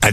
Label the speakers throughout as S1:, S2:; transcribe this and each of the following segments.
S1: À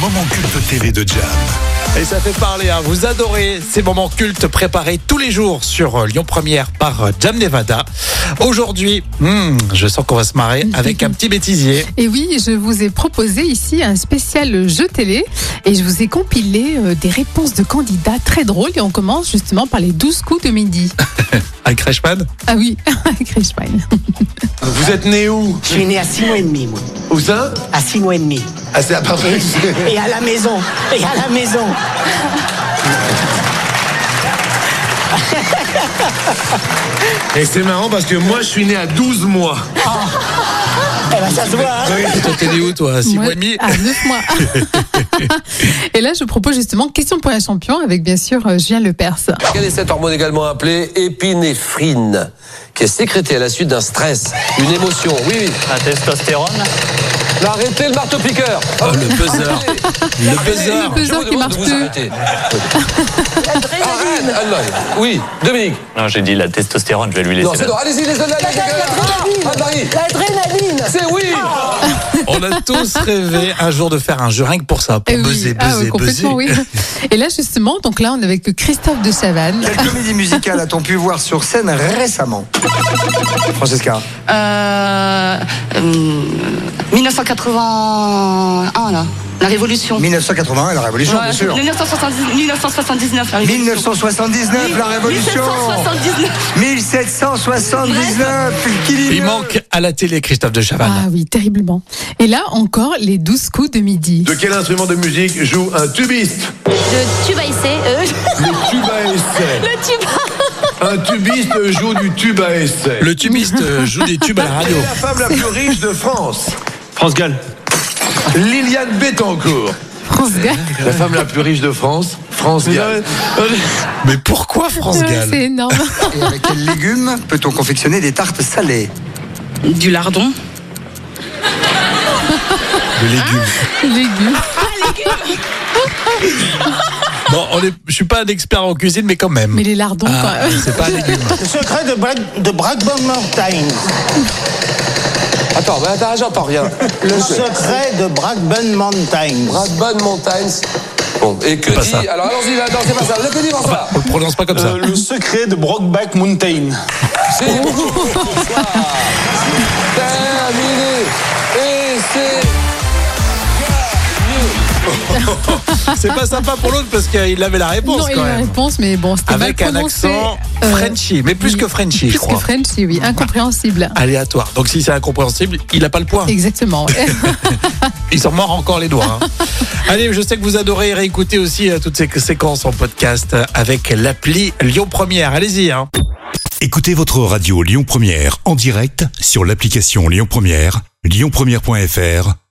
S1: moments cultes TV de Jam.
S2: Et ça fait parler, hein. vous adorez ces moments cultes préparés tous les jours sur euh, Lyon Première par euh, Jam Nevada. Aujourd'hui, hmm, je sens qu'on va se marrer avec un petit bêtisier.
S3: Et oui, je vous ai proposé ici un spécial jeu télé et je vous ai compilé euh, des réponses de candidats très drôles et on commence justement par les 12 coups de midi.
S2: Avec Reichmann
S3: Ah oui, Krishman.
S4: Vous êtes né où
S5: Je suis né à 6 mois et demi, moi.
S4: Où ça
S5: À 6 mois et demi.
S4: Ah, c'est à Paris.
S5: Et à la maison. Et à la maison.
S4: Et c'est marrant parce que moi, je suis né à 12 mois.
S5: Eh ben, ça se voit, hein
S2: Toi, t'es né où, toi à Six
S3: Moi,
S2: mois et demi
S3: À 9 mois. et là, je propose justement question pour un champion avec bien sûr euh, Julien
S2: Oh,
S3: Lepers.
S6: Quelle est cette hormone également appelée épinéphrine, qui est sécrétée à la suite d'un stress, une émotion Oui, oui.
S7: La testostérone
S6: Mais Arrêtez le marteau-piqueur
S2: Oh, le buzzer. Le buzzer.
S3: Ah, Le buzzer
S6: Je vous
S3: qui
S6: demande
S3: marche
S6: de vous
S3: plus.
S6: arrêter. Arrête, Anne-Marie. Oui, Dominique.
S7: Non, j'ai dit la testostérone, je vais lui laisser.
S6: Non, c'est
S7: la-
S6: non. Allez-y, les donne Anne-Marie.
S5: L'adrénaline. Ah.
S6: C'est oui
S2: On a tous rêvé un jour de faire un jeu rien que pour ça, pour
S3: Eh oui.
S2: buzzer,
S3: Ah,
S2: buzzer,
S3: ouais, complètement,
S2: buzzer.
S3: oui. Et là, justement, donc là, on est avec Christophe de Chavannes.
S8: Quelle comédie musicale a-t-on pu voir sur scène récemment Francesca,
S9: Euh, euh, 1981, là. La Révolution.
S8: 1981, la Révolution,
S9: Ouais,
S8: bien sûr.
S9: 1970 1979, la Révolution.
S8: 1979, la Révolution
S9: 1779.
S8: 1779, qui dit
S2: Il
S8: mieux
S2: manque à la télé Christophe de Chavannes.
S3: Ah oui, terriblement. Et là encore, les 12 coups de midi.
S4: De quel instrument de musique joue un tubiste
S9: Le tubaïsé. Euh,
S4: Le tube à essai. Un tubiste joue du tube à essai.
S3: Ah.
S2: Le tubiste euh, joue des tubes à la radio.
S4: Quelle est la femme la plus riche de France France Gall. Liliane Bettencourt.
S3: France Gall.
S4: La femme la plus riche de France France Gall.
S2: Mais pourquoi France
S3: Ouais, C'est
S2: Gall
S3: énorme.
S8: Et avec quels légumes peut-on confectionner des tartes salées
S9: du lardon.
S2: Le légume.
S3: Ah, Légumes.
S2: Bon, on est, je suis pas un expert en cuisine, mais quand même.
S3: Mais les lardons,
S2: Ah,
S3: quoi.
S2: c'est pas un légume.
S5: Le secret de, Bra de Blackburn Mountain.
S6: Attends, bah, attends, j'entends rien.
S5: Le secret de Blackburn Mountain.
S6: Bradburn Mountains. Bon, et que
S2: Pas
S6: dit...
S2: ça.
S6: Alors, allons-y, là, non, c'est pas ça. Le que dit Vincent
S2: On le prononce pas comme ça.
S10: Le secret de Brockback Mountain.
S6: C'est terminé Et c'est...
S2: C'est pas sympa pour l'autre parce qu'il avait la réponse
S3: Non, il
S2: quand
S3: a la
S2: même.
S3: réponse, mais bon, c'était
S2: Avec
S3: mal
S2: un
S3: prononcé.
S2: accent
S3: Euh,
S2: Frenchy, mais plus
S3: oui.
S2: que Frenchy, je
S3: Plus que
S2: crois.
S3: Frenchy, oui, incompréhensible.
S2: Aléatoire. Donc si c'est incompréhensible, il a pas le point.
S3: Exactement.
S2: Ils s'en mordent encore les doigts. hein. Allez, je sais que vous adorez réécouter aussi euh, toutes ces séquences en podcast euh, avec l'appli Lyon Première. Allez-y. hein.
S1: Écoutez votre radio Lyon Première en direct sur l'application Lyon Première, lyonpremière.fr